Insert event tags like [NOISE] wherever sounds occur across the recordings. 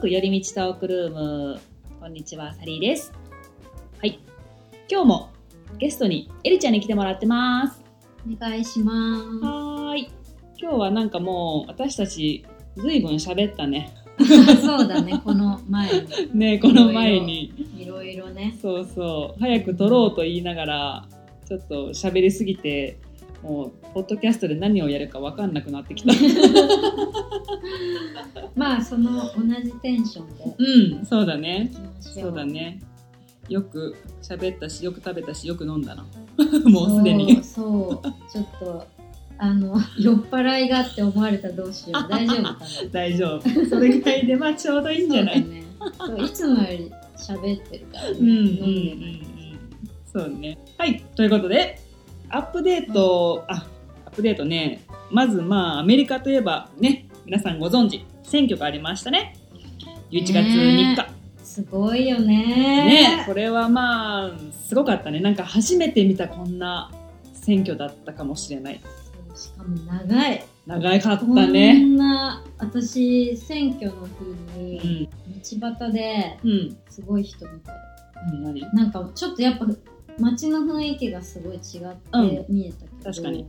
く寄り道トークルーム。こんにちは、サリーです。はい。今日もゲストにエリちゃんに来てもらってます。お願いしまはーい。今日はなんかもう私たちずいぶん喋ったね。 [LAUGHS] す。そうだね、この前にねこの前に。いろいろね。そうそう。早く撮ろうと言いながら、ちょっと喋りすぎて、もう、ポッドキャストで何をやるか分かんなくなってきた。まあその同じテンションでいうん、そうだね。きましょう。そうだ。ね。よく喋ったし、よく食べたし、よく飲んだな。 [LAUGHS] もうすでに。そうそうちょっとあの [LAUGHS] 酔っ払いがって思われたらどうしよう。大丈夫かな。そ大丈夫。それぐらいで、まあ、ちょうどいいんうじゃだない。ね。そういつもより喋ってるから、[LAUGHS] ね。うん、うん、うん、う飲んでないん。そうね。はい、ということで、アップデート、あ、アップデートね。まず、まあ、アメリカといえば、ね、皆さんご存知、選挙がありましたね。11月3日。ねすごいよね。ね、これはまあすごかったねなんか初めて見たこんな選挙だったかもしれないそうしかも長い。長かったこねんな私選挙の日うにん道端でうんすごい人見た。何何なんかちょっとやっぱ街の雰囲気がすごい違って見えたけ確ど、かに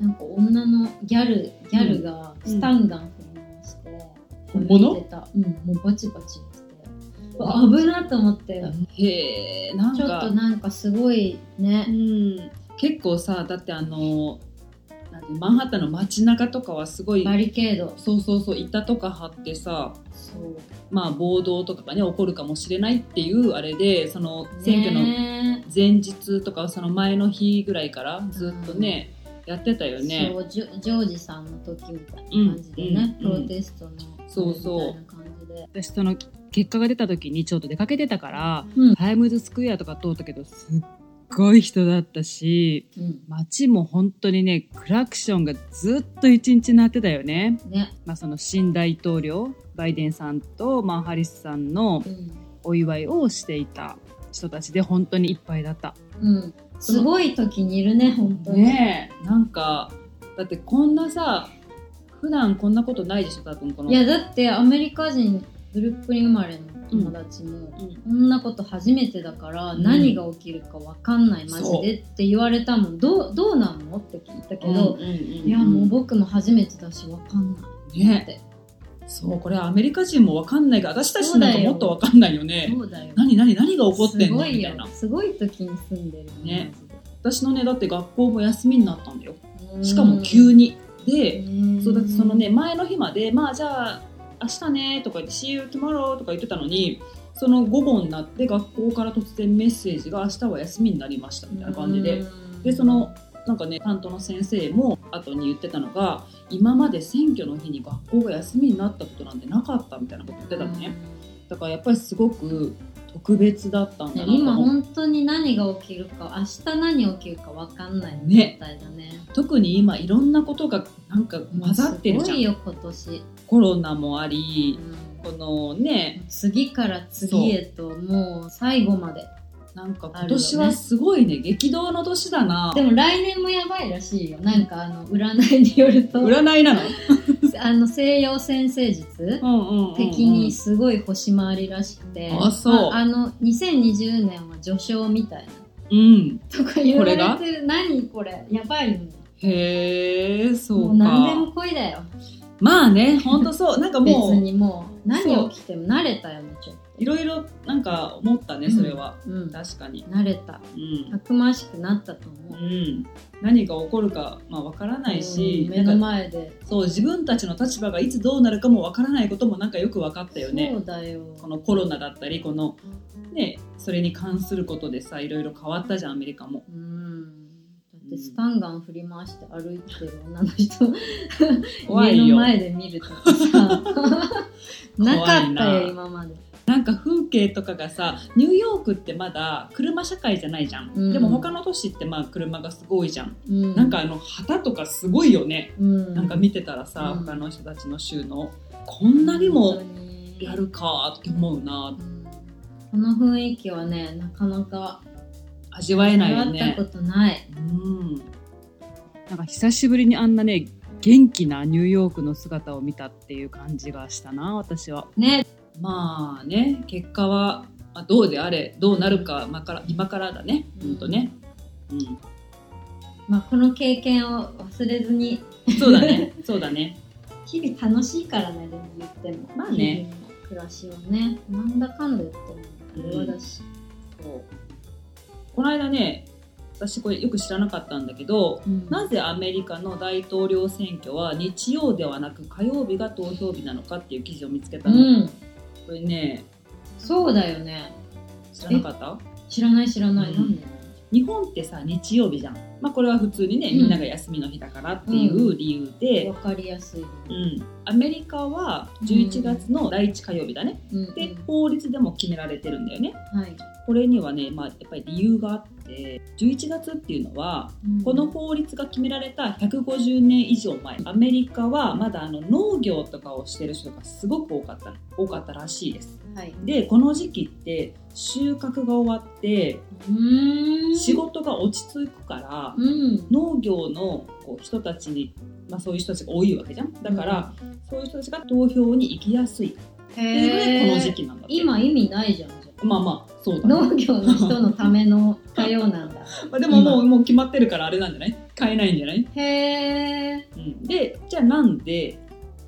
なんか女のギャルギャルがスタンガン振り回して、本物歩いてたうんもうバチバチしてうわ危なと思って、へえなんちょっとかなんかすごいねうん結構さだってあのなんてマンハッタンの街中とかはすごいバリケードそうそうそう板とか張ってさそうまあ暴動とかがね起こるかもしれないっていうあれでその選挙のね前日とかその前の日ぐらいからずっとね、やってたよねそうジョジョージさんの時みたいな感じでね、うんうんうんプロテストのそうそうみたいな感じで私その結果が出た時にちょっと出かけてたから、うんタイムズスクエアとか通ったけどすっごい人だったしうん街も本当にねクラクションがずっと一日鳴ってたよね、ね、まあ、その新大統領バイデンさんと、まあ、ハリスさんのうんお祝いをしていた人たちで本当にいっぱいだったうん、すごい時にいるね本当に、ねえなんかだってこんなさ普段こんなことないでしょ多分このいやだってアメリカ人ブルックリン生まれの友達も、うんこんなこと初めてだからうん何が起きるかわかんないマジでって言われたもんどうどうなんのって聞いたけど、いやもう僕も初めてだしわかんないねてそうこれアメリカ人もわかんないが私たちなんかもっとわかんないよねそうだよ何何何が起こってんすのごいみたよいなすごい時に住んでるよねマジ私のねだって学校も休みになったんだよでしかも急にで、にそうだってそのね前の日までまあじゃあ明日ねとか言って「See you tomorrow」とか言ってたのにその午後になって学校から突然メッセージが明日は休みになりましたみたいな感じででそのなんかね担当の先生も後に言ってたのが今まで選挙の日に学校が休みになったことなんてなかったみたいなこと言ってたのね、だからやっぱりすごく特別だったんねだなと今思う本当に何が起きるか明日何起きるかわかんないみねたいだね特に今いろんなことがなんか混ざってるすじゃごいんよ今年、コロナもあうりんこのね次から次へともう最後までなんかあ今るよね年はすごいね激動の年だなでも来年もやばいらしいよなんかあの占いによる [LAUGHS] と占いなのあの西洋先生術うんうんうんうん的にすごい星回りらしくて、あそうあ、あの2020年は序章みたいなうんとか言われこてる何これやばいよねへえそもうう何でもか恋だよまあねほんと [LAUGHS] そうなんか別もうにもう何起きても慣れたよねちょっいろいろなんか思ったねそれは、と、うん、確かに慣れたうん、たくましくなったとう、思うん何が起こるかまあわからないし、うんな目んかの前でそう自分たちの立場がいつどうなるかもわからないこともなんかよく分かったよねそうだよこのコロナだったりこのねそれに関することでさいろいろ変わったじゃんアメリカもうんだってスタンガン振り回して歩いてる女の人、 [LAUGHS] 怖家いのよ前で見ると [LAUGHS] かさなか怖いったなよ今までなんか風景とかがさニューヨークってまだ車社会じゃないじゃん、うんでも他の都市ってまあ車がすごいじゃん、うんなんかあの旗とかすごいよね、うんなんか見てたらさ、うん他の人たちの収納こんなにも本当にやるかって思うなうんこの雰囲気はねなかなか味わえないよ味わっねたことないうんなんか久しぶりにあんなね元気なニューヨークの姿を見たっていう感じがしたな私はねまあね結果は、まあ、どうであれどうなるか、まあ、から今からだね本当ね、うん、まあ、この経験を忘れずにそう [LAUGHS] だねそうだね日々楽しいからねでも言ってもまあね日々の暮らしをねなんだかんだ言っても平和だし、そうこの間ね私これよく知らなかったんだけどなぜアメリカの大統領選挙は日曜ではなく火曜日が投票日なのかっていう記事を見つけたうの、んこれねそうだよね知らなかった知らない知らない、うんなんで日本ってさ日曜日じゃん、まあ、これは普通にね、うんみんなが休みの日だからっていう理由でわ、かりやすい、うん、アメリカは11月の第1火曜日だね、うんうんで法律でも決められてるんだよねはい、これにはね、まあ、やっぱり理由があって11月っていうのはこの法律が決められた150年以上前アメリカはまだあの農業とかをしてる人がすごく多かったの多かったらしいですはい、でこの時期って収穫が終わってうーん仕事が落ち着くからうん農業のこう人たちに、まあ、そういう人たちが多いわけじゃんだから、そういう人たちが投票に行きやすいっへていうのでーこの時期なんだって今意味ないじゃんじゃまあまあそうあだ、ね農業の人のための火曜なんだまあ、でももうもう決まってるからあれなんじゃない買えないんじゃない、へえ、うん、でじゃあなんで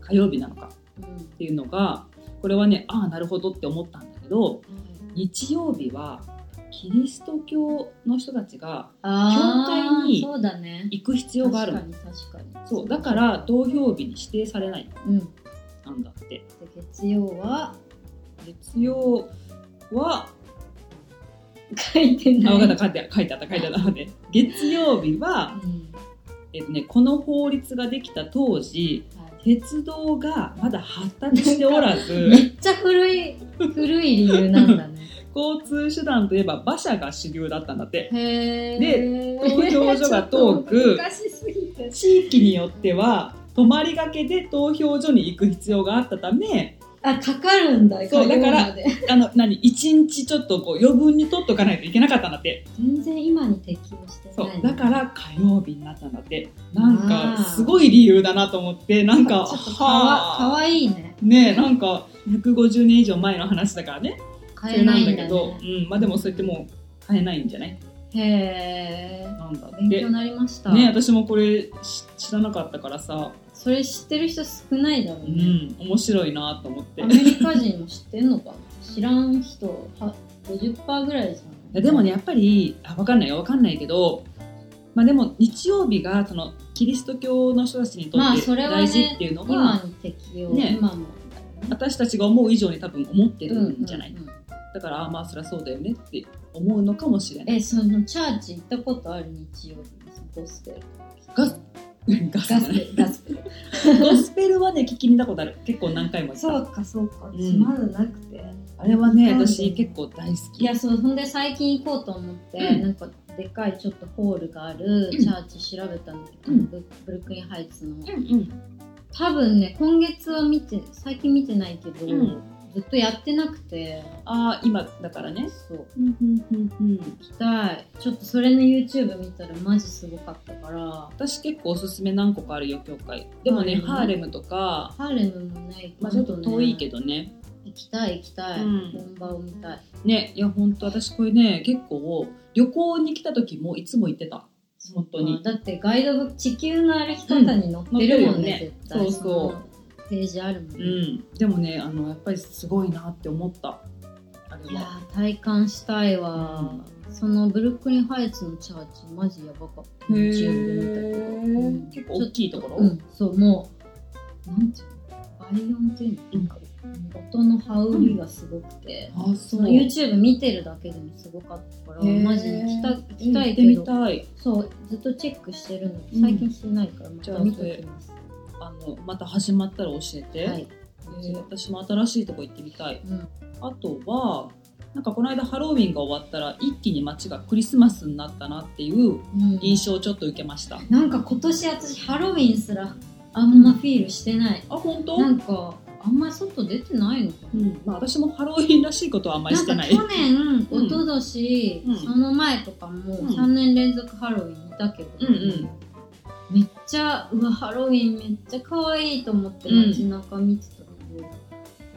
火曜日なのかうんっていうのがこれはねああなるほどって思ったんだけど日曜日はキリスト教の人たちがあー教会にそうだね行く必要がある確のかに確かにそうだから投票日に指定されないうんでなんだって月曜は月曜は書いてあない分かった書いてあった書いてあった書いてあった待って月曜日は、うんえっとね、この法律ができた当時はい鉄道がまだ発達しておらずめっちゃ古い古い理由なんだね交通手段といえば馬車が主流だったんだってへえで投票所が遠く難しすぎて地域によっては泊まりがけで投票所に行く必要があったためあかかるんだそうだから火曜まであの何一日ちょっとこう余分に取っとかないといけなかったんだって全然今に適応してそないうねだから火曜日になったんだってなんあかーすごい理由だなと思ってなんかちょっとかわかはあわいいねねえなんか150年以上前の話だからねそ買れえななんいだんだけど、ねうん、まあでもそうやってもう買えないんじゃないへえなんだって勉強ねになりました私もこれし知らなかったからさそれ知ってる人少ないだろううねん面白いなと思ってアメリカ人も知ってんのかな知らん人は50%ぐらいいじゃやんでもねやっぱりあ分かんないよ分かんないけど、まあ、でも日曜日がそのキリスト教の人たちにとまあってそれはね大事っていうのが、今に適応ね今も私たちが思う以上に多分思ってるんじゃない、うんうんうんだからああまあそりゃそうだよねって思うのかもしれないえそのチャーチ行ったことある日曜日ゴスペルガスガスガスペルガスペル [LAUGHS] ゴスペルはね聞きに行ったことある結構何回も行ったそうかそうか、うんまだなくてあれはねなんで私結構大好きいやそうほんで最近行こうと思って、うんなんかでかいちょっとホールがあるうんチャーチ調べたんだけど、うんブブルックリンハイツうのんうん多分ね今月は見て最近見てないけど、うんずっとやってなくてああ今だからねそううんうんうんうん行きたいちょっとそれの YouTube 見たらマジすごかったから私結構おすすめ何個かあるよ教会でもね、うんハーレムとかハーレムもねまあ、ちょっと遠いけどどね。行きたい行きたい、うん本場を見たいね、いや、本当私これね、結構、旅行に来た時もいつも行ってた。本当あに。だってガイドブック地球の歩き方に載ってるもんね,、うん絶対そうそうのページあるもんうね、ん。でもね、あの、やっぱりすごいなって思った。あれいやは。ー体感したいわ、そのブルックリンハイツのチャーチマジやばかったへ YouTube で見たけど、うんー結構大きいところ。うんそうもうなんていうの倍音っていうのなんか音の羽織がすごくて、あ、そそのう。 YouTube 見てるだけでもすごかったからへーマジ行きた行きた行いってけみどたい。そうずっとチェックしてるの最近してないからまじゃたあ見ておきます、あの、また始まったら教えて。はい、えー私も新しいとこ行ってみたい。うん、あとは、なんかこの間ハロウィンが終わったら一気に街がクリスマスになったなっていううん印象をちょっと受けました。なんか今年私ハロウィンすらあんまフィールしてないあ、本当？なんかあんま外出てないのかなうんまあ、私もハロウィンらしいことはあんまりしてなんなかい。去年、うん一昨年、うんその前とかもうん3年連続ハロウィンいたけど、うんうんめっちゃうわハロウィンめっちゃ可愛いと思って街中見てたけど、今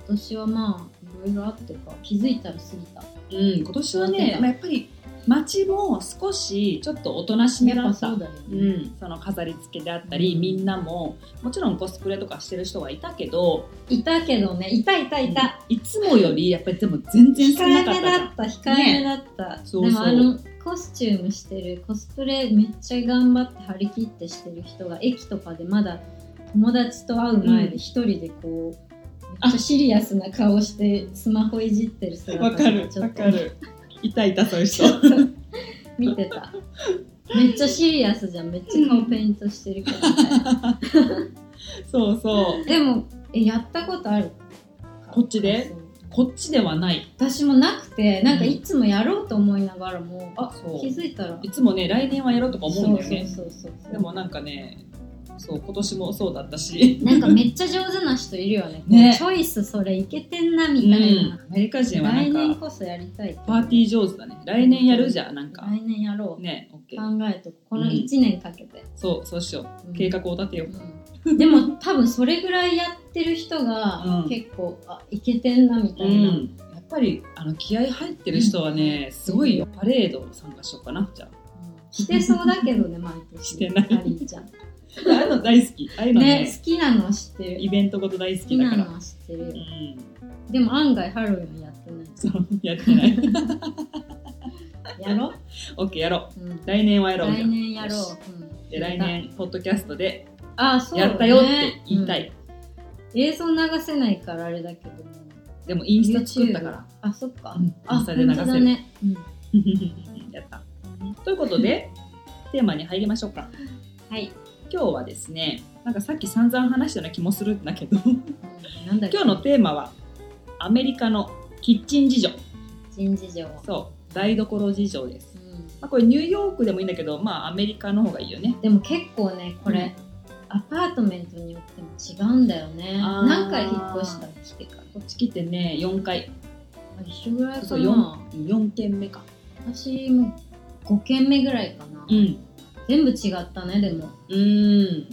年はまあろいろあってか気づいたら過ぎたうん、今年は思ってね、たまあ、やっぱり街も少しちょっとおとなしめだやっぱったそうだよね、うん、その飾り付けであったり、うんみんなももちろんコスプレとかしてる人はいたけどいたけどねいたいたいた、いつもよりやっぱりでも全然少控えなかっためじゃだんった控えめだった、そうそうでもあのコスチュームしてるコスプレめっちゃ頑張って張り切ってしてる人が駅とかでまだ友達と会う前うんで一人でこう、めっちゃシリアスな顔してスマホいじってる姿わとかるちょわっとかるいたいたそういうちょっ人と [LAUGHS] 見てためっちゃシリアスじゃんめっちゃ顔ペイントしてるけど [LAUGHS] ね、そうそうでもえやったことあるこっちでそうこっちではない私もなくてなんかいつもやろうと思いながらも、あそう気づいたらいつもね来年はやろうとか思うんだよねそうそうそうそうでもなんかねそう今年もそうだったしなんかめっちゃ上手な人いるよね。ねチョイスそれいけてんなみたいな。アメリカ人はな来ん年かこそやりたい。パーティー上手だね来年やるじゃんなんか来年やろう。ねオッケー考えとここの1年かけて。そうそうしよううん計画を立てよううんでも多分それぐらいやってる人がうん結構、あいけてんなみたういな。ん、やっぱりあの気合い入ってる人はね、すごいよパレード参加しようかなじゃあしてそうだけどね、毎年。 [LAUGHS] してないかりんちゃんねああいうの大好 [LAUGHS] きああいうのね好きなのは知ってる。イベントごと大好好ききだなからのは知ってうる。んでも案外ハロウィンはやってない。そうやってないやろオッケーやろう、うんう来年はやろうじゃ来ん年やろよしう。うんで来年ポッドキャストであそうだやねったよって言いたい、、うん映像流せないからあれだけどもでもインスタ作ったから、あそっか、うんイあンスタで流せ本当だる、ね、うん [LAUGHS] やったということでテーマに入りましょうかはい、今日はですねなんかさっき散々話したような気もするんだけど [LAUGHS] うん、なんだっけ今日のテーマはアメリカのキッチン事情人事情、そう台所事情です、うまあ、これニューヨークでもいいんだけどまあアメリカの方がいいよねん、でも結構ねこれ、アパートメントによっても違うんだよねあー何回引っ越したら来てからこっち来てね4回一緒ぐらいかそう4な4軒目か私も5軒目ぐらいかな、うん全部違ったねでも、うーんうん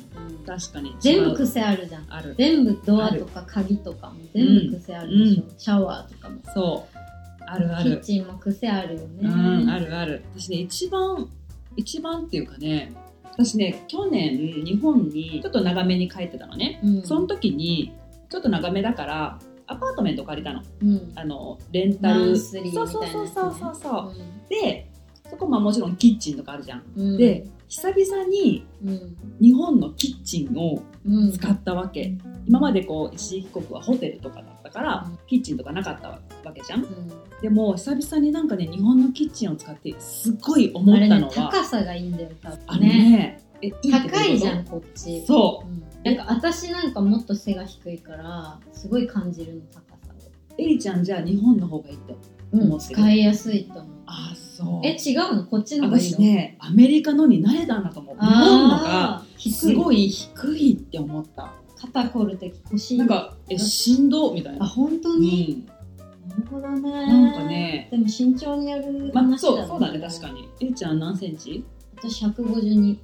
確かに違う全部癖あるじゃんある全部ドアとか鍵とかも全部癖あるでしょ、シャワーとかもそうあるあキッるチンも癖あるよね。うんあるある私ね一番一番っていうかね私ね去年日本にちょっと長めに帰ってたのね、うんその時にちょっと長めだからアパートメント借りたのうんあのレンタマルンそスうリーみたいなそやうつそねうそうそうそうでそこまあもちろんキッチンとかあるじゃんうんで、久々にうん日本のキッチンをうん、使ったわけ、今までこう一時帰国はホテルとかだったから、うんキッチンとかなかったわけじゃんうんでも久々になんかね日本のキッチンを使ってすごい思あっれたねのは高さがいいんだよ多あ分れねねえいいってこと高いじゃんこっち、そうん、なんか私なんかもっと背が低いからすごい感じるの高さうエリちゃんじゃあ日本の方がいいとを、思ってる使いやすいと思うあそうえ違うのこっちの方がいい私の、ねアメリカのに慣れたんだと思う日本のがあーすごい低いって思った肩こる時腰なんかえしんどみたいあな本当うに、んなるほどねなんかねでも慎重にやる話だ、まあそうそうだね確かにエリちゃん何センチ私152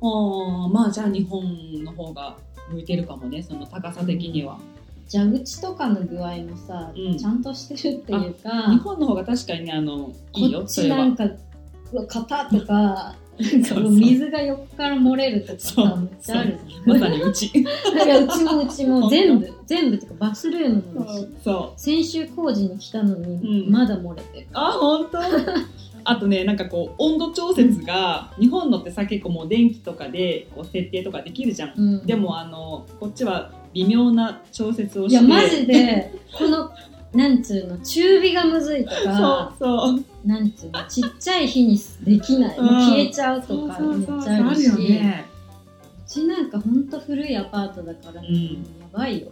ああまあじゃあ日本の方が向いてるかもねその高さ的には、蛇口とかの具合もさ、うんちゃんとしてるっていう日か本の方が確かにねあのいいこよっそちれはなんかうわ型とか [LAUGHS] そうそう水が横から漏れるとかそうさめっちゃあるじゃん [LAUGHS] まさにうちいやうちもうちも [LAUGHS] 本当全部全部っていうかバスルームもうちそう先週工事に来たのに、うんまだ漏れてるあ本当あとねなんかこう温度調節が日本のってさ結構もう電気とかでこう設定とかできるじゃん、うんでもあのこっちは微妙な調節をしていやマジでこのなんつうの中火がむずいとそうかそうなんつうのちっちゃい火にできない、うんもう消えちゃうそとうかそめうっちそうゃあるしよねうちなんかほんと古いアパートだから、うんやばいよ。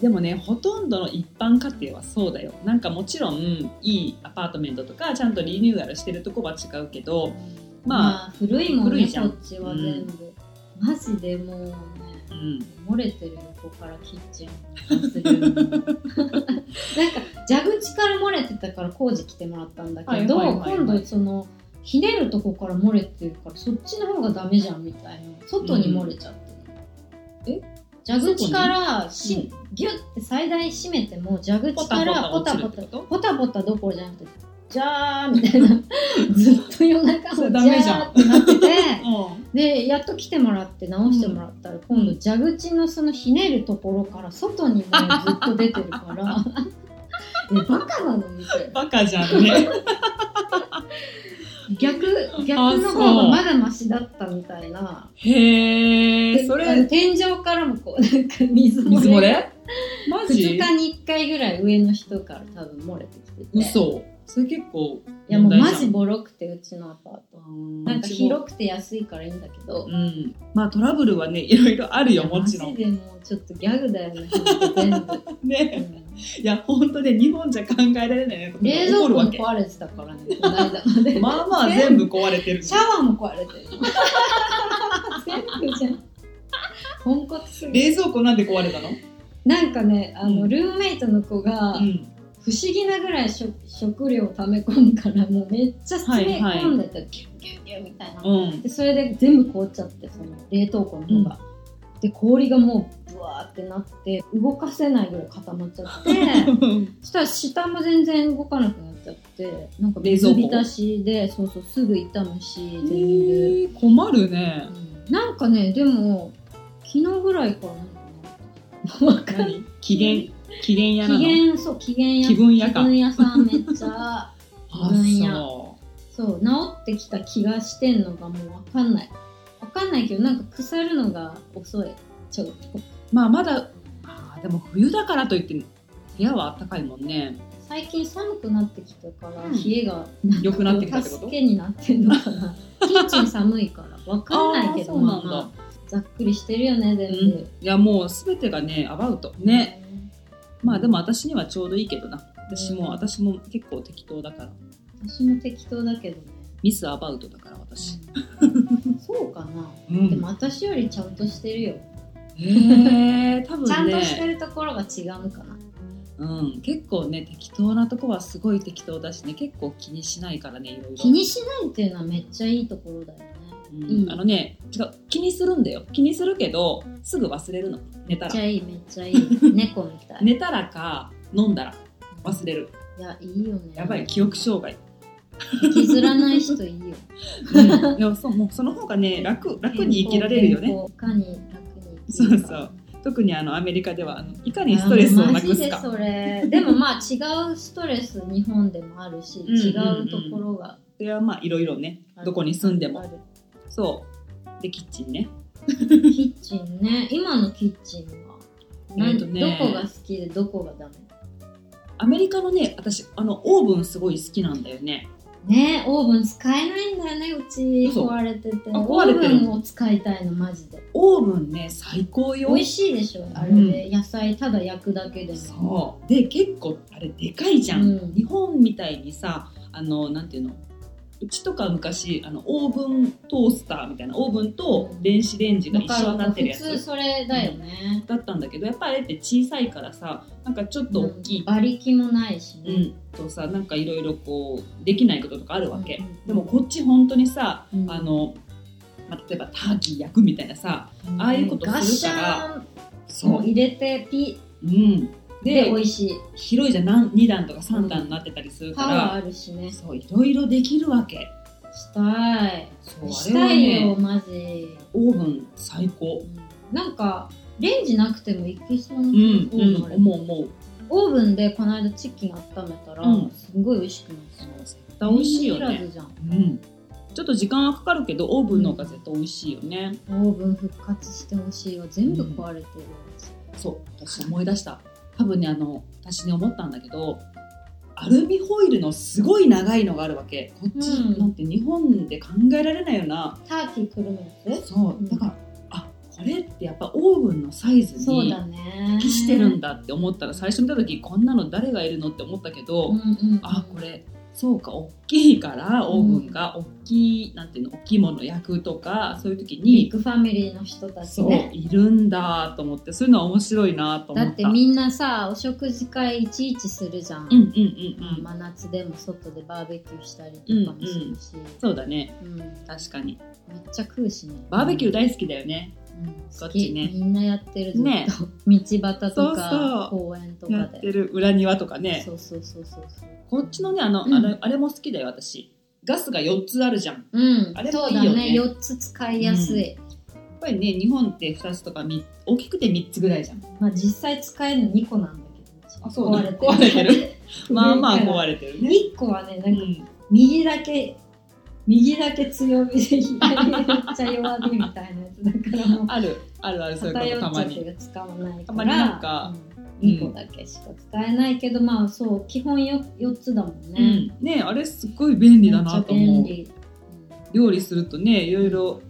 でもねほとんどの一般家庭はそうだよなんかもちろんいいアパートメントとかちゃんとリニューアルしてるとこは違うけどままあ、古いもん古いねじゃこんっちは全部、マジでもうねうん漏れてる横からキッチンするなんか蛇口から漏れてたから工事来てもらったんだけど、はいはいはいはい今度そのひねるとこから漏れてるからそっちの方がダメじゃんみたいな外に漏れちゃってる、蛇口からし、ギュッて最大締めても蛇口からポタポタポタポタどころじゃなくてジャー [LAUGHS] みたいなずっと夜中それもダジャメじーゃっんてなっててうんでやっと来てもらって直してもらったら、今度蛇口のそのひねるところから外にねずっと出てるか [LAUGHS] らえバカなのみたいなバカじゃんね逆逆の方がまだマシだったみたいなへえそあのれ天井からもこうなんか水漏れ水漏れマ2ジ日に1回ぐらい上の人から多分漏れてきてて嘘それ結構いやも問う題マじゃんジボロくてうちのアパートなんかく広くて安いからいいんだけどうんまあトラブルはねいろいろあるよもちろマんジでもうちょっとギャグだよね全部、[LAUGHS] うねんいや本当ね日本じゃ考えられないようなこと冷が起蔵こる庫わもけ壊れてたからねこの間ま [LAUGHS] でまあまあ全部壊れてるシャワーも壊れてる [LAUGHS] 全部じゃんポンコツすぎ冷蔵庫なんで壊れたのなんかねあの、うんルームメイトの子が、うん不思議なぐらい食食料を溜め込むからもうめっちゃ詰め込んでて、ギュッギュッギュッみたいな、うんでそれで全部凍っちゃってその冷凍庫の方が、で氷がもうブワーってなって動かせないぐらい固まっちゃって [LAUGHS] そしたら下も全然動かなくなっちゃってなんか冷蔵水庫浸しでそうそうすぐ痛むし全部、へえ困るねうんなんかねでも昨日ぐらいからなんかなわかんない [LAUGHS] 何機嫌機嫌やな機の嫌そう機嫌や気分屋か気分屋さんめっちゃ。 [LAUGHS] あ分野そそう治ってきた気がしてんのがもうわかんないわかんないけどなんか腐るのが遅いちょっとうまあまだあーでも冬だからといって部屋は暖かいもん [LAUGHS] ね最近寒くなってきたから、うん冷えが良くなってきたってこと助けになってんの [LAUGHS] かなキッチン寒いからわかんないけあどーそうなんだまあまあざっくりしてるよね全うん部い、やもう全てがねアバウトねまあでも私にはちょうどいいけどな私も、うん私も結構適当だから私も適当だけどね、ミスアバウトだから私、そうかな、うんでも私よりちゃんとしてるよ、へえ [LAUGHS] 多分ねちゃんとしてるところが違うかなうん、結構ね適当なとこはすごい適当だしね結構気にしないからねいろいろ気にしないっていうのはめっちゃいいところだよねうんいいあのね違う気にするんだよ気にするけどすぐ忘れるの寝めたっちらゃいいめっちゃいい [LAUGHS] 猫みたい寝たらか飲んだら忘れるいやいいよねやばい記憶障害、引きずらない人いいようん、でもそうもうその方がね楽楽に生きられるよね健康いかに楽にそ生うきるかそう特にあのアメリカではあのいかにストレスをなくすあかのマジでそれでもまあ違うストレス日本でもあるし、んうんうん違うところがそれはまあいろいろねあるどこに住んでもあるそうでキッチンねキッチンね今のキッチンは、えーとねなんどこが好きでどこがダメアメリカのね私あのオーブンすごい好きなんだよねねオーブン使えないんだよねうちそう壊れててあ壊れてるオーブンを使いたいのマジでオーブンね最高よ美味しいでしょあれで野菜ただ焼くだけでもそうで結構あれでかいじゃん、うん日本みたいにさあのなんていうのうちとか昔あのオーブントースターみたいなオーブンと電子レンジが一緒になってるや普通つそれだよね、だったんだけどやっぱりあれって小さいからさなんかちょっと大きい、馬力もないしうね、んとさなんかいろいろこうできないこととかあるわけ、うんうんでもこっち本当にさ、うんあのまあ例えばターキー焼くみたいなさああいうことするからガッシャーンそもう入れてピう、うん、ッでで美味しい広いじゃん何2段とか3段になってたりするかパワーら、あるしねしそういろいろできるわけたいそうしたいよ、マジ、オーブン最高うんなんかレンジなくてもいけそうな、うんオーブンあれ思う思うオーブンでこの間チキン温めたら、うんすごい美味しくなった絶対美味しいよレンジねらずじゃんうんちょっと時間はかかるけどオーブンの方が絶対美味しいよね、オーブン復活してほしいわ全部壊れてる、そう私思い出した多分ねあの私ね思ったんだけどアルミホイルのすごい長いのがあるわけこっち、うんなんて日本で考えられないようなターキーくるむやつそううんだから、あこれってやっぱオーブンのサイズそうにだね適してるんだって思ったら最初見た時こんなの誰がいるのって思ったけど、うんうん、あこれそうか大きいからオーブンが大きい、なんていうの大きいもの焼くとかそういう時ビッに、グファミリーの人たちそうねいるんだと思ってそういうのは面白いなと思だったってみんなさお食事会いちいちするじゃん、うんうんうんうん真夏でも外でバーベキューしたりとかもするし、そうだねうん確かにめっちゃ食うしねバーベキュー大好きだよね、ガ好チき、ねみんなやってるずっと、ね [LAUGHS] 道端そとうそうか公園とやかっでてる裏庭とかねそうそうそうそうそうこっちのねあの、うんあれあれも好きだよ私ガスが4つあるじゃんやうんあれもそいういだよねね4つ使いやすい、っぱりね日本って2つとかみ大きくて3つぐらいじゃんまあ実際使えるの2個なんだけどあそうなの壊 [LAUGHS] れて壊れてるまあまあ壊れてるね、 1個はねなうんかん、右だけ右だけ強火で左めっちゃ弱火みたいなやつだからもうあるあるあるそういう偏ことたまっちゃってにる使わないたかまらになんかうん、2個だけしか使えないけど、まあそう基本よ4つだもんうね、んねあれすっごい便利だなと思うめっちゃ便利料理するとねいろいろ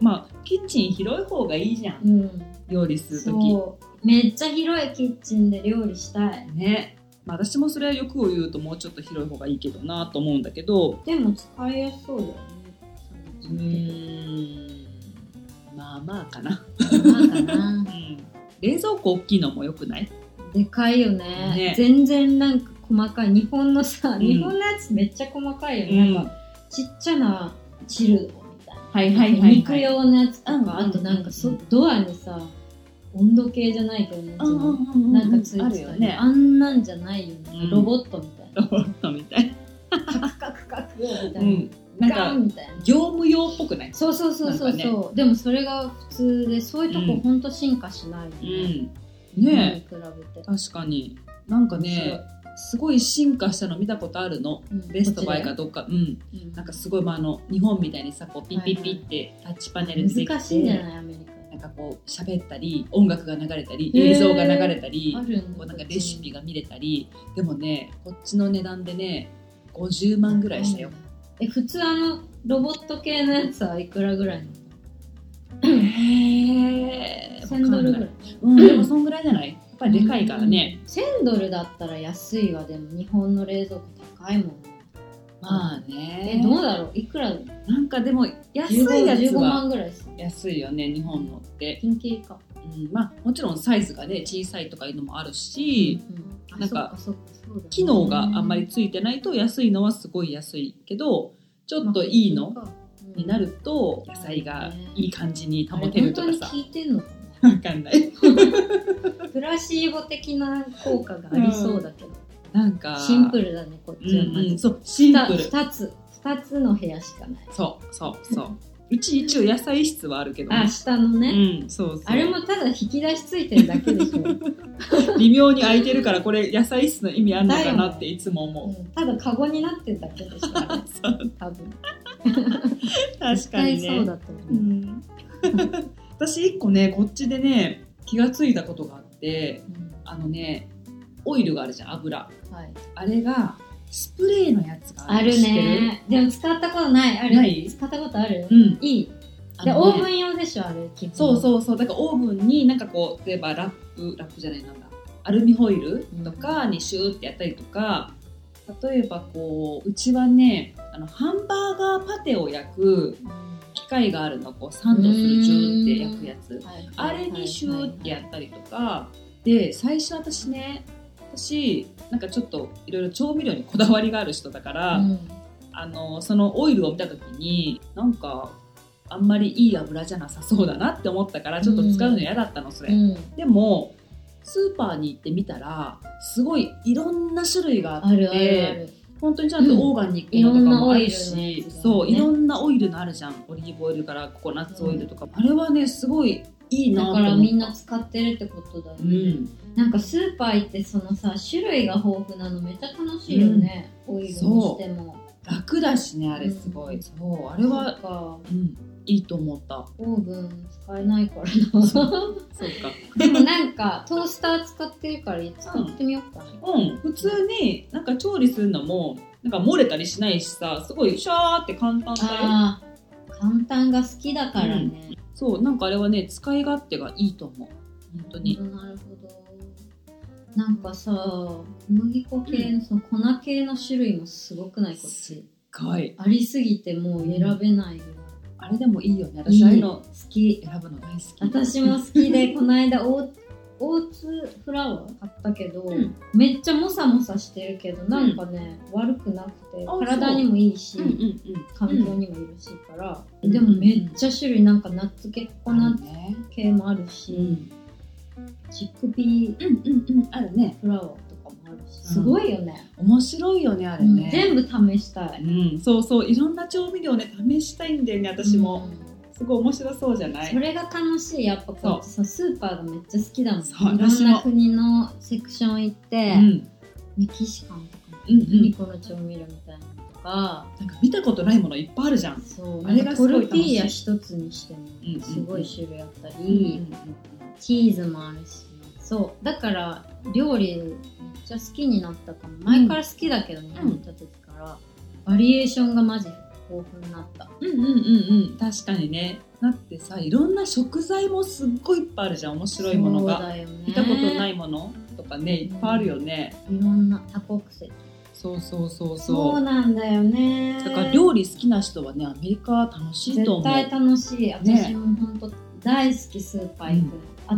まあキッチン広い方がいいじゃんうん、うん料理するときそうめっちゃ広いキッチンで料理したいね、まあ、私もそれは欲を言うともうちょっと広い方がいいけどなと思うんだけどでも使いやすそうだよねうーんまあまあかな、なんかなうん、冷蔵庫大きいのもよくないでかいよねね全然なんか細かい日本のさ、ん日本のやつめっちゃ細かいよね、うんなんかちっちゃなチルドみたいな、はい肉用のやつとかうんあとなんかそ、うんドアにさ温度計じゃないけどね、うんうんうんうんなんかついあてるたよりねあんなんじゃないよね、うんロボットみたいなロボットみた [LAUGHS] いカクカクみたいな、うんなんガかンみたいな業務用っぽくないそうそうそうそうなんかそう、でもそれが普通でそういうとうこんほんと進化しないようね、ん日本ねに比べてえ確かになんかねすごい進化したの見たことあるのうんベストバイかどっかうんこっちでうんなんかすごい、まあ、あの日本みたいにさこうピッピッピッってタッチパネルでできて、難しいんじゃないアメリカなんかこう喋ったり音楽が流れたりへー映像が流れたりあるんこうだなんかレシピが見れたりでもねこっちの値段でね50万ぐらいしたよ、え普通あのロボット系のやつはいくらぐらいなのへ1000ドルぐらいうんでもそんぐらいじゃないやっぱりでかいからね、 1000ドルだったら安いわでも日本の冷蔵庫高いもんねまあえねどうだろういくらなんかでも安いやつ ?15 は万ぐらいする安いよね日本のって、ピンキリか、うん、まあもちろんサイズがね小さいとかいうのもあるうし、んあなんかそっかそっかそうだね機能があんまりついてないと安いのはすごい安いけどちょっといいのまあうんになると野菜がいい感じに保てるとかあされ本当に効いてんのかわかんないなプラシーボ的な効果がありそうだけど、なんかシンプルだねこっうちはんまうんずそうシンプル 2, つ2つの部屋しかないそうそうそううち一応野菜室はあるけどあ下のね、うんそうそうあれもただ引き出しついてるだ [LAUGHS] けでしょ、微妙に空いてるからこれ野菜室の意味あんのかなっていつもう思うんただカゴになってるだけでしょあれそう多分 [LAUGHS] 確かに絶対そうねだと思う、うん [LAUGHS] 私一個ねこっちでね気がついたことがあってうんあのねオイルがあるじゃん油はい、あれがスプレーのやつがあるねでも使ったことないあれない使ったことある、知ってるうんいいあでのオねーブン用でしょあれ基本そうそうそうだからオーブンになんかこう例えばラップラップじゃないなんだアルミホイルとかにシューってやったりとか、例えばこううちはねあのハンバーガーパテを焼くうん、機械があるのこうサンドするジューって焼くやつはいあれにシューってやったりとか、で最初私ね私なんかちょっといろいろ調味料にこだわりがある人だから、うんあのそのオイルを見た時になんかあんまりいい油じゃなさそうだなって思ったからちょっと使うの嫌だったのそれ、うんでもスーパーに行ってみたらすごいいろんな種類がああってるあるある、本当にちゃんとオーガニックのとかもあるうんいし、ろんなオイルのやつがねそういろんなオイルのあるじゃんオリーブオイルからココナッツオイルとか、あれはねすごいいいなだとか思ったらみんな使ってるってことだようね、ん、なんかスーパー行ってそのさ種類が豊富なのめっちゃ楽しいよね、オイルにしても楽だしねあれすごい、うんそうあそれはっ、かうん、いいと思ったオーブン使えないからなそう [LAUGHS] かでもなんかトースター使ってるから使ってみようかな、うん、普通になんか調理するのもなんか漏れたりしないしさすごいシャーって簡単だよああ簡単が好きだからね、そうなんかあれはね使い勝手がいいと思う本当に、なるほどなんかさ小麦粉系のその粉系の種類もすごくないこっちかわいいありすぎてもう選べないぐらいあれでもいいよねい私いああいうの好き選ぶの大好き私も好きでこの間オーオーツフラワー買ったけど、うんめっちゃモサモサしてるけどなんかね、悪くなくてあ体にもいいし、うんうんうん環境にもいるしから、うんでもめっちゃ種類なんかナッツ系ココナッツね系もあるうし、んチックビーうんうんうんあるねフラワーとかもあるしすごいよね、面白いよねあれうんね全部試したいうんそうそういろんな調味料ね試したいんだよね私もすごい面白そうじゃなそいれが楽しいやっぱこっちさスーパーがめっちゃ好きだもんそういろん私もな国のセクション行って、うんメキシカンとかうんうん何この調味料みたいなのとか、なんか見たことないものいっぱいあるじゃんそうあれがすトごいル楽しいティーヤ一つにしてもうんうんうんすごい種類あったり、うんチーズもあるしそうだから料理めっちゃ好きになったかも前から好きだけど日本にいた時から、バリエーションがマジ豊富になったうんうんうんうん確かにねだってさいろんな食材もすっごいいっぱいあるじゃん面白いものそうが、だよね見たことないいものとかねいっぱいあるよね、ろんな多国籍そうそうそうそそううなんだよねだから料理好きな人はねアメリカ楽しいと絶思う対楽しいね私も本当大好きスーパー行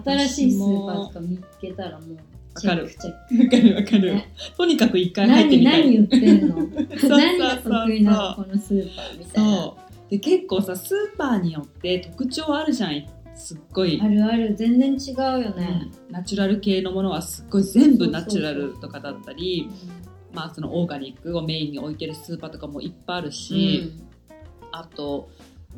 く、新しいスーパーとか見つけたらもうチェックチェックわかるわかる、ねとにかく一回入って何みたい何言って [LAUGHS] んのそう何が得意なのこのスーパーみたいなそうで結構さスーパーによって特徴あるじゃんすっごい、あるある全然違うよね、うんナチュラル系のものはすっごい全部そうそうそうナチュラルとかだったりまあそのオーガニックをメインに置いてるスーパーとかもいっぱいあるし、あと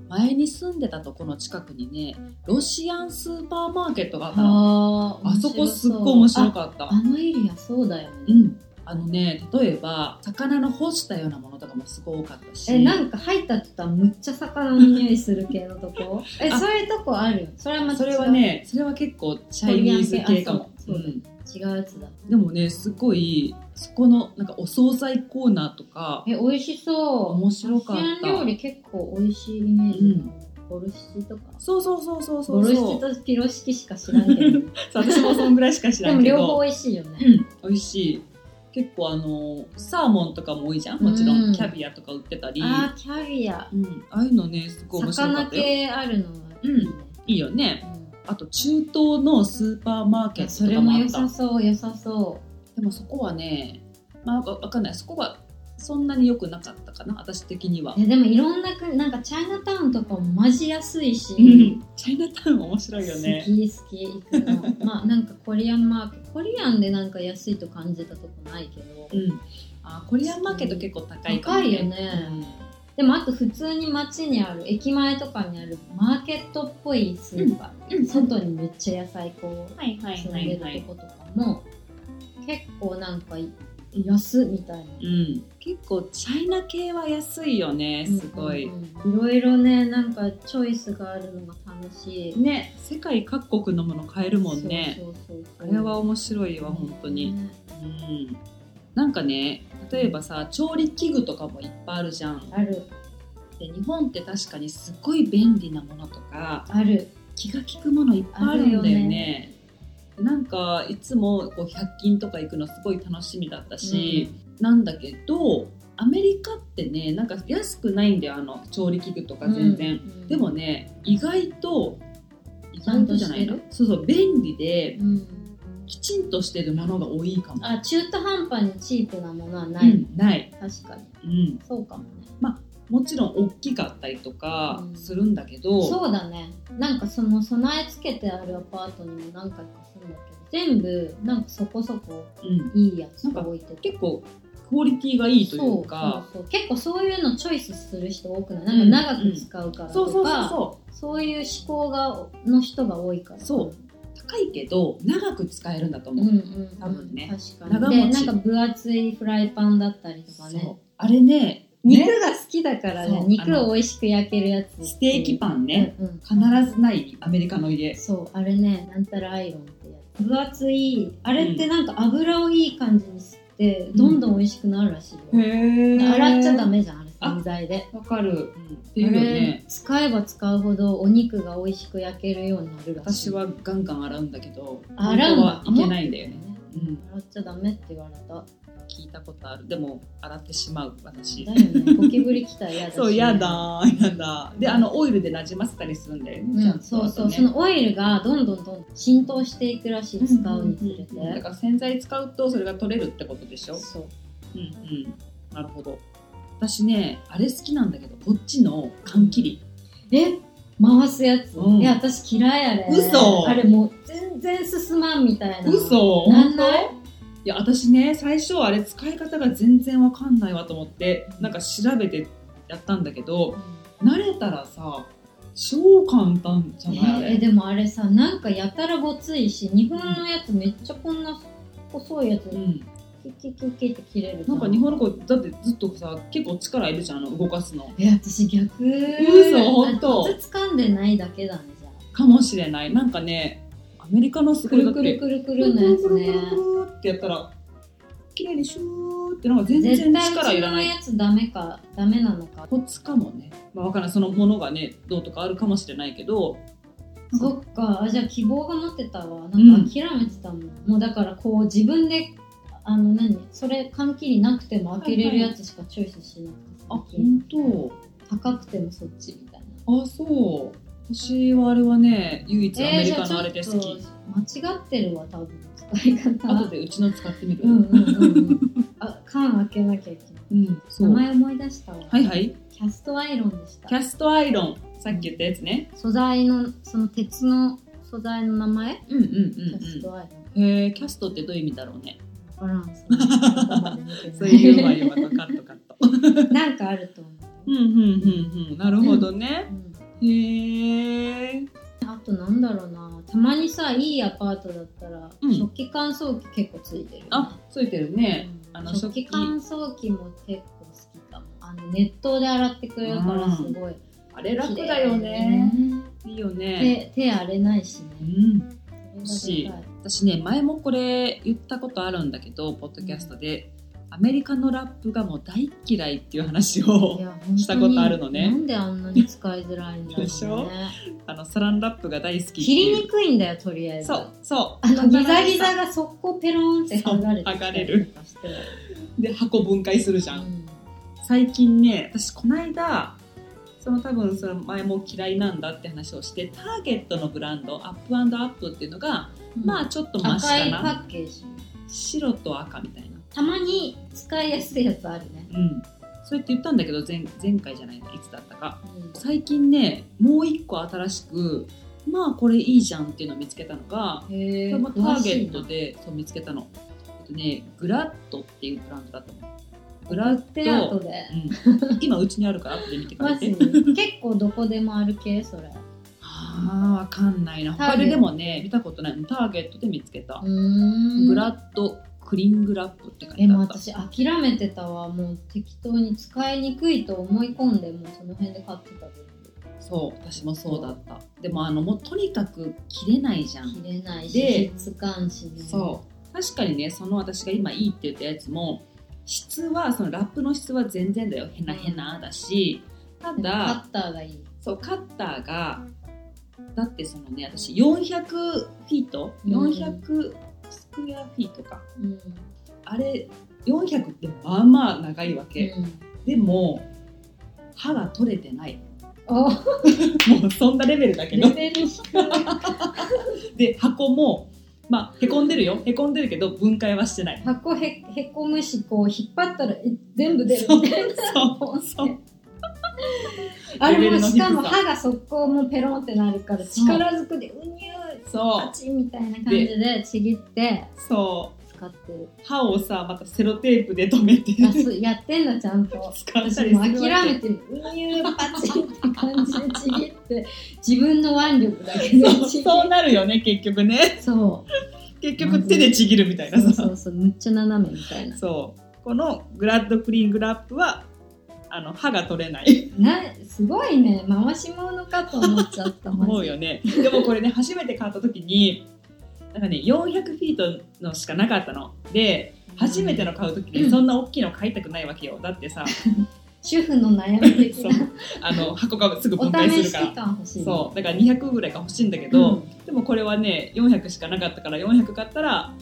前に住んでたとこの近くにねロシアンスーパーマーケットがあったのあーあそこすっごい面白っかったああのエリアそうだよね、うんあのね例えば魚の干したようなものとかもすごい多かったしえなんか入ったって言ったらむっちゃ魚の匂いする系のとこえあそういうとこあるよそれはまたそれはねそれは結構チャイニーズ系かもあそうそうだん違うやつだでもねすごいそこのなんかお惣菜コーナーとかえ美味しそう面白かっアジたア料理結構美味しいイメージうんボルシチとかそうそうそうそうそボうそルうシチとピロシキしか知らん [LAUGHS] けどそう私もそんぐらいしか知でらもんけど両方美味しいよねうん美味しい結構あのサーモンとかも多いじゃんもちろうんんキャビアとか売ってたりあーキャビアうん、ああいうのねすごい面白か魚ったよ系あるのはいいね、いいよねうんあと中東のスーパーマーケットそとれかももあ良ったさそう良さそでもそこはねまあわかわかんないそこはそんなに良くなかったかな私的にはういやでもいろんな国なんかチャイナタウンとかもマジ安いし、うんチャイナタウン面白いよ好ねき好き行く [LAUGHS] のまあなんかコリアンマーケコリアンでなんか安いと感じたとこないけど、うん、あコリアンマーケット結構高いかも、高いよねでもあと普通に街にある駅前とかにあるマーケットっぽいスーパー、うんうん外にめっちゃ野菜こうはいはい積んはでいるはい、とことかも、結構なんか安みたいなうん、結構チャイナ系は安いよねすごい、うんうんうんいろいろねなんかチョイスがあるのが楽しいね世界各国のもの買えるもんねそうそうそうあれは面白いわ本当に、ねうん、なんかね例えばさ調理器具とかもいっぱいあるじゃんあるで日本って確かにすごい便利なものとかある気が利くものいっぱいあるんだよあるよねなんかいつもこう100均とか行くのすごい楽しみだったし、なんだけどアメリカってねなんか安くないんだよあの調理器具とか全然、うんうんでもね意外と意外とじゃないのちゃんそうそう便利でうんきちんとしてるものが多いかも、あ中途半端にチープなものはうない、ん、ない、確かうにん、そうかもねもちろん大きかったりとかうんするんだけど、そうだねなんかその備え付けてあるアパートにも何回か住んだけど全部なんかそこそこうん、いいやつが置いてて結構クオリティがいいというかそうそうそう結構そういうのチョイスする人多くないなんか長く使うからとか、そうそうそうそうそういう思考がの人が多いからそう高いけど長く使えるんだとう思んう、うんうん、多分ね確長か持にちでなんか分厚いフライパンだったりとそかうねあれね肉ねが好きだからそうあねの肉を美味しく焼けるやつステーキパンね、うんうん必ずないアメリカの家そうあれねなんたらアイロンってやつ分厚いあれってなんか油をいい感じに吸って、んどんどん美味しくなるらしいよ、へ洗っちゃダメメじゃんあれ洗剤でわかる、うんってあいうよれね使えば使うほどお肉が美味しく焼けるようになるらし私いはガンガン洗うんだけど洗うんだ本当はいけないんだよね、うん洗っちゃダメって言われた。聞いたことあるでも洗ってしまう私だよね。ゴキブリ来たら嫌だし。そうや。だやだであのオイルでなじませたりするんだよね、ちゃうんん、とそうそあとう、ねそのオイルがどんどんどんどん浸透していくらしい、使うにつれて。だから洗剤使うとそれが取れるってことでしょそう。うんうんなるほど私ねあれ好きなんだけどこっちの缶切りえ回すやつ、うんえ私嫌いあれ嘘あれもう全然進まんみたいな嘘なんないいや私ね最初あれ使い方が全然わかんないわと思ってなんか調べてやったんだけど慣れたらさ超簡単じゃえないあえれでもあれさなんかやたらごついし日本のやつめっちゃこんな細いやつうん、キッキッキッキッって切れるじなゃんか日本の子だってずっとさ結構力いるじゃんあの動かすのえ私逆嘘ほんとあコツ掴んでないだけだねじゃあかもしれないなんかねアメリカのすくごいるだっくるてくるくくるのやつくるねくるくるってやったら綺麗にシューってなんか全絶然対う力いちらなのいやつダメかダメなのかコツかもね、まあ、わからないそのものがねどうとかあるかもしれないけどそっかあじゃあ希望が持ってたわなんか諦めてたもん、もうだからこう自分であの何それ缶切りなくても開けれるやつしかチョイスしなくて、あ最近本当高くてもそっちみたいなあそう私はあれはね唯一アメリカのあれで好き、き間違ってるわ多分使い方後でうちの使ってみる、うんうんうんうん [LAUGHS] あ缶開けなきゃいけないうんそ名う前思い出したわ、はいはいキャストアイロンでしキたャストアイロンさっき言ったやつね素材のその鉄の素材の名前、うんうんキャスうトアイロンんうんへえキャストってどういう意味だろうねバランスの言葉なんだ [LAUGHS] けどそういう場合はカットカットなんかあると思う。 [LAUGHS] うんうんうんうんなるほどねうんへえあとなんだろうなたまにさいいアパートだったら、うん食器乾燥機結構ついてるよね、あついてるねうんあの食器乾燥機も結構好きかもあの熱湯で洗ってくれるからすごいあれ綺麗楽だよねいいよね手手荒れないしうねんそれがでかい私ね前もこれ言ったことあるんだけどポッドキャストで、アメリカのラップがもう大嫌いっていう話いをや本当にしたことあるのねなんであんなに使いづらいんだろうねでしょあのサランラップが大好きって切いうりにくいんだよとりあえずそうそうあのギザギザが速攻ペローンって剥がれてそうき剥たがれりるとかしてで箱分解するじゃん、うん最近ね私この間その多分その前も嫌いなんだって話をしてターゲットのブランドアップアップっていうのが、まあちょっとマシ赤かいパなッケージ白と赤みたいなたまに使いやすいやつあるね、うんそうやって言ったんだけど前前回じゃないのいつだったか最近ねもう一個新しくまあこれいいじゃんっていうのを見つけたのがこへえれもターゲットでそう見つけたの、えっとね、グラッドっていうブランドだと思うグラ手ッド、後で [LAUGHS] うん、今うちにあるから後で見てくマれてジ [LAUGHS] 結構どこでもある系それあーわかんないなター他ゲットででもね見たことないのターゲットで見つけた、んグラッドクリングラップって書いえてもうあった私諦めてたわもう適当に使いにくいと思い込んでもうその辺で買ってたけそう私もそうだったでもあのもうとにかく切れないじゃんど切れないでし質感しねそう確かにねその私が今いいって言ったやつも質はそのラップの質は全然だよへなへなだし、たでもカだッターがいいそうカッターがだってそのね私400フィートうん400スクエアフィートか、うん、あれ400ってまあまあ長いわけ、うんでも歯が取れてない [LAUGHS] あもうそんなレベルだけレどベル低いで箱もまあへこんでるよへこんでるけど分解はしてない [LAUGHS] 箱へへこむしこう引っ張ったらえ全部出るそうみたいなそうそうあれレベルものしかも低さ歯が速攻もうペロンってなるからそう力ずくでうにゅーそうパチンみたいな感じでちぎってそう使ってる歯をさまたセロテープで留めてあそうやってんのちゃんと使ったりす私るもうわけ諦めてるうにゅーパチンって感じでちぎって自分の腕力だけでそうちぎそうなるよね結局ねるそう結局手でちぎるみたいなそうさそうそうむっちゃ斜めみたいなそうこのグラッドクリーングラップはあの歯が取れないなすごいね回し物かと思っちゃったマジ思うよねでもこれね初めて買った時になんかね400フィートのしかなかったので初めての買う時にそんな大きいの買いたくないわけよだって [LAUGHS] さ主婦の悩み的 [LAUGHS] そうなあの箱がすぐお分解試すしるから期間欲しいねそうだから200ぐらいが欲しいんだけど、でもこれはね400しかなかったから400買ったら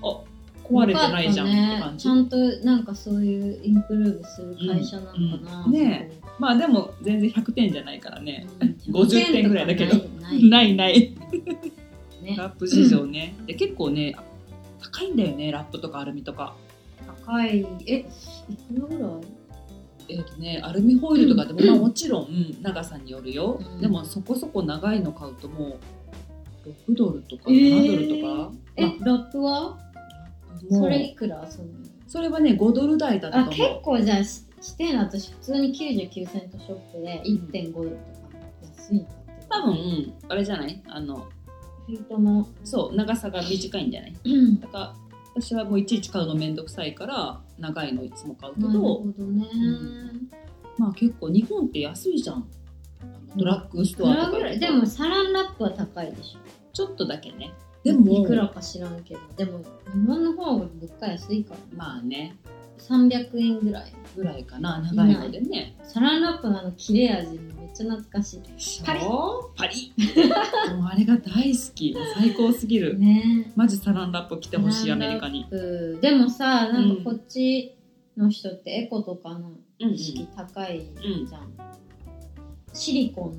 お壊れてないじゃんって感じ、よかったね、ちゃんとなんかそういうインプルーブする会社なのかな、うんうんねまあでも全然100点じゃないからねうん50点ぐらいだけどないないないねラップ市場ね、で結構ね高いんだよねラップとかアルミとか高いえいくらぐらいえっ、とねアルミホイルとかでも、まあもちろん長さによるよ、うんでもそこそこ長いの買うともう6ドルとかえー7ドルとか、え、ラップはまあもそうれいくらそのそれはね5ドル台だったあと結思う構じゃあししてんの私普通に99セントショップで1.5ドルとか安いんだって多分あれじゃないあのフィートのそう長さが短いんじゃないだから私はもういちいち買うのめんどくさいから長いのいつも買うけなど、るほどね、んまあ結構日本って安いじゃんドラッグスいトくアらとぐからよりいでもサランラップは高いでしょちょっとだけねでもいくらか知らんけどでも日本の方が物価安いからまあね300円ぐらいぐらいかな長いのでねサランラップのあの切れ味めっちゃ懐かしいパリッパリッもうあれが大好き最高すぎるねマジサランラップ着てほしいサアランラップメリカに、うんでもさなんかこっちの人ってエコとかのうんうん意識高いじゃん、シリコンの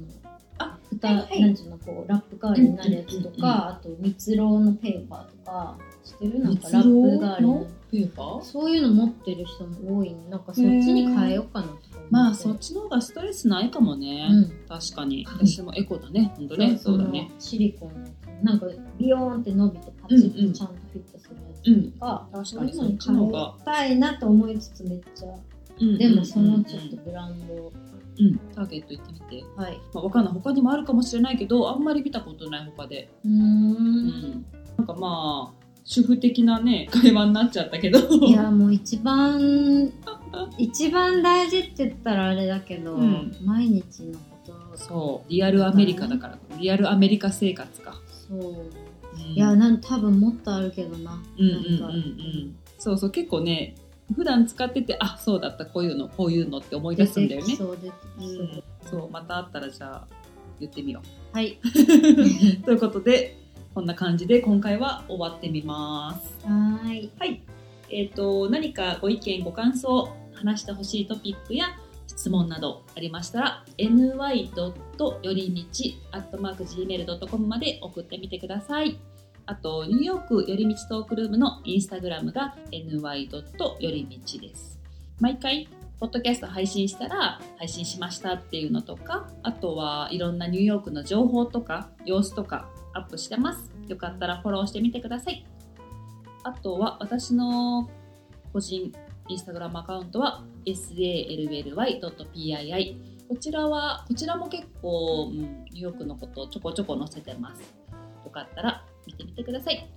あ蓋、はいはいなんていうのこうラップ代わりになるやつとか、うんうんうんうんあと蜜ろうのペーパーとかしてるなんかラ蜜ろうップ代わりののペーパーそういうの持ってる人も多いなんかそっちに変えようかなとか思ってまあそっちの方がストレスないかもね、うん確かに私もエコだね本当ねそうだねのシリコンのやつなんかビヨーンって伸びてパチッとちゃんとフィットするやつとか、確そかうにいうそのっにちの方が変えたいなと思いつつめっちゃ、でもそのちょっとブランド、うん、うんターゲット行ってみてはいまあ、わかんない他にもあるかもしれないけどあんまり見たことない他で、うーんなんかまあ主婦的なね会話になっちゃったけどいやもう一番一番大事って言ったらあれだけど、うん毎日のことそうリアルアメリカだからリアルアメリカ生活か、そううん、いやなん多分もっとあるけどな,、うんうんなうんんかうんそうそう結構ね普段使っててあそうだったこういうのこういうのって思い出出すんだてよきねそう出てきそう、そうまたあったらじゃあ言ってみよはいうということでこんな感じで今回は終わってみますはーいはい。えっ、と、何かご意見、ご感想、話してほしいトピックや質問などありましたら、ny. よりみち .gmail.com まで送ってみてください。あと、ニューヨークよりみちトークルームのインスタグラムが ny. よりみちです。毎回、ポッドキャスト配信したら配信しましたっていうのとか、あとはいろんなニューヨークの情報とか様子とかアップしてます。よかったらフォローしてみてください。あとは私の個人インスタグラムアカウントは sally.pii こちらはこちらも結構、うん、ニューヨークのことをちょこちょこ載せてますよかったら見てみてください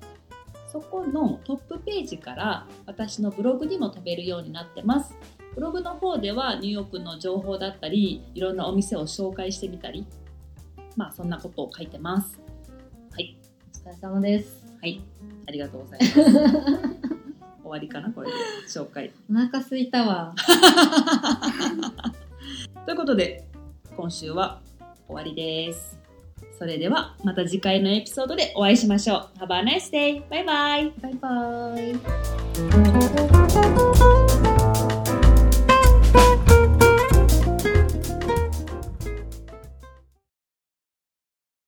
そこのトップページから私のブログにも飛べるようになってますブログの方ではニューヨークの情報だったりいろんなお店を紹介してみたりまあそんなことを書いてますはいお疲れ様ですはい、ありがとうございます。終わりかな、これで紹介。お腹すいたわということで、今週は終わりです。それでは、また次回のエピソードでお会いしましょう。Have a nice day! バイバイバイバーイ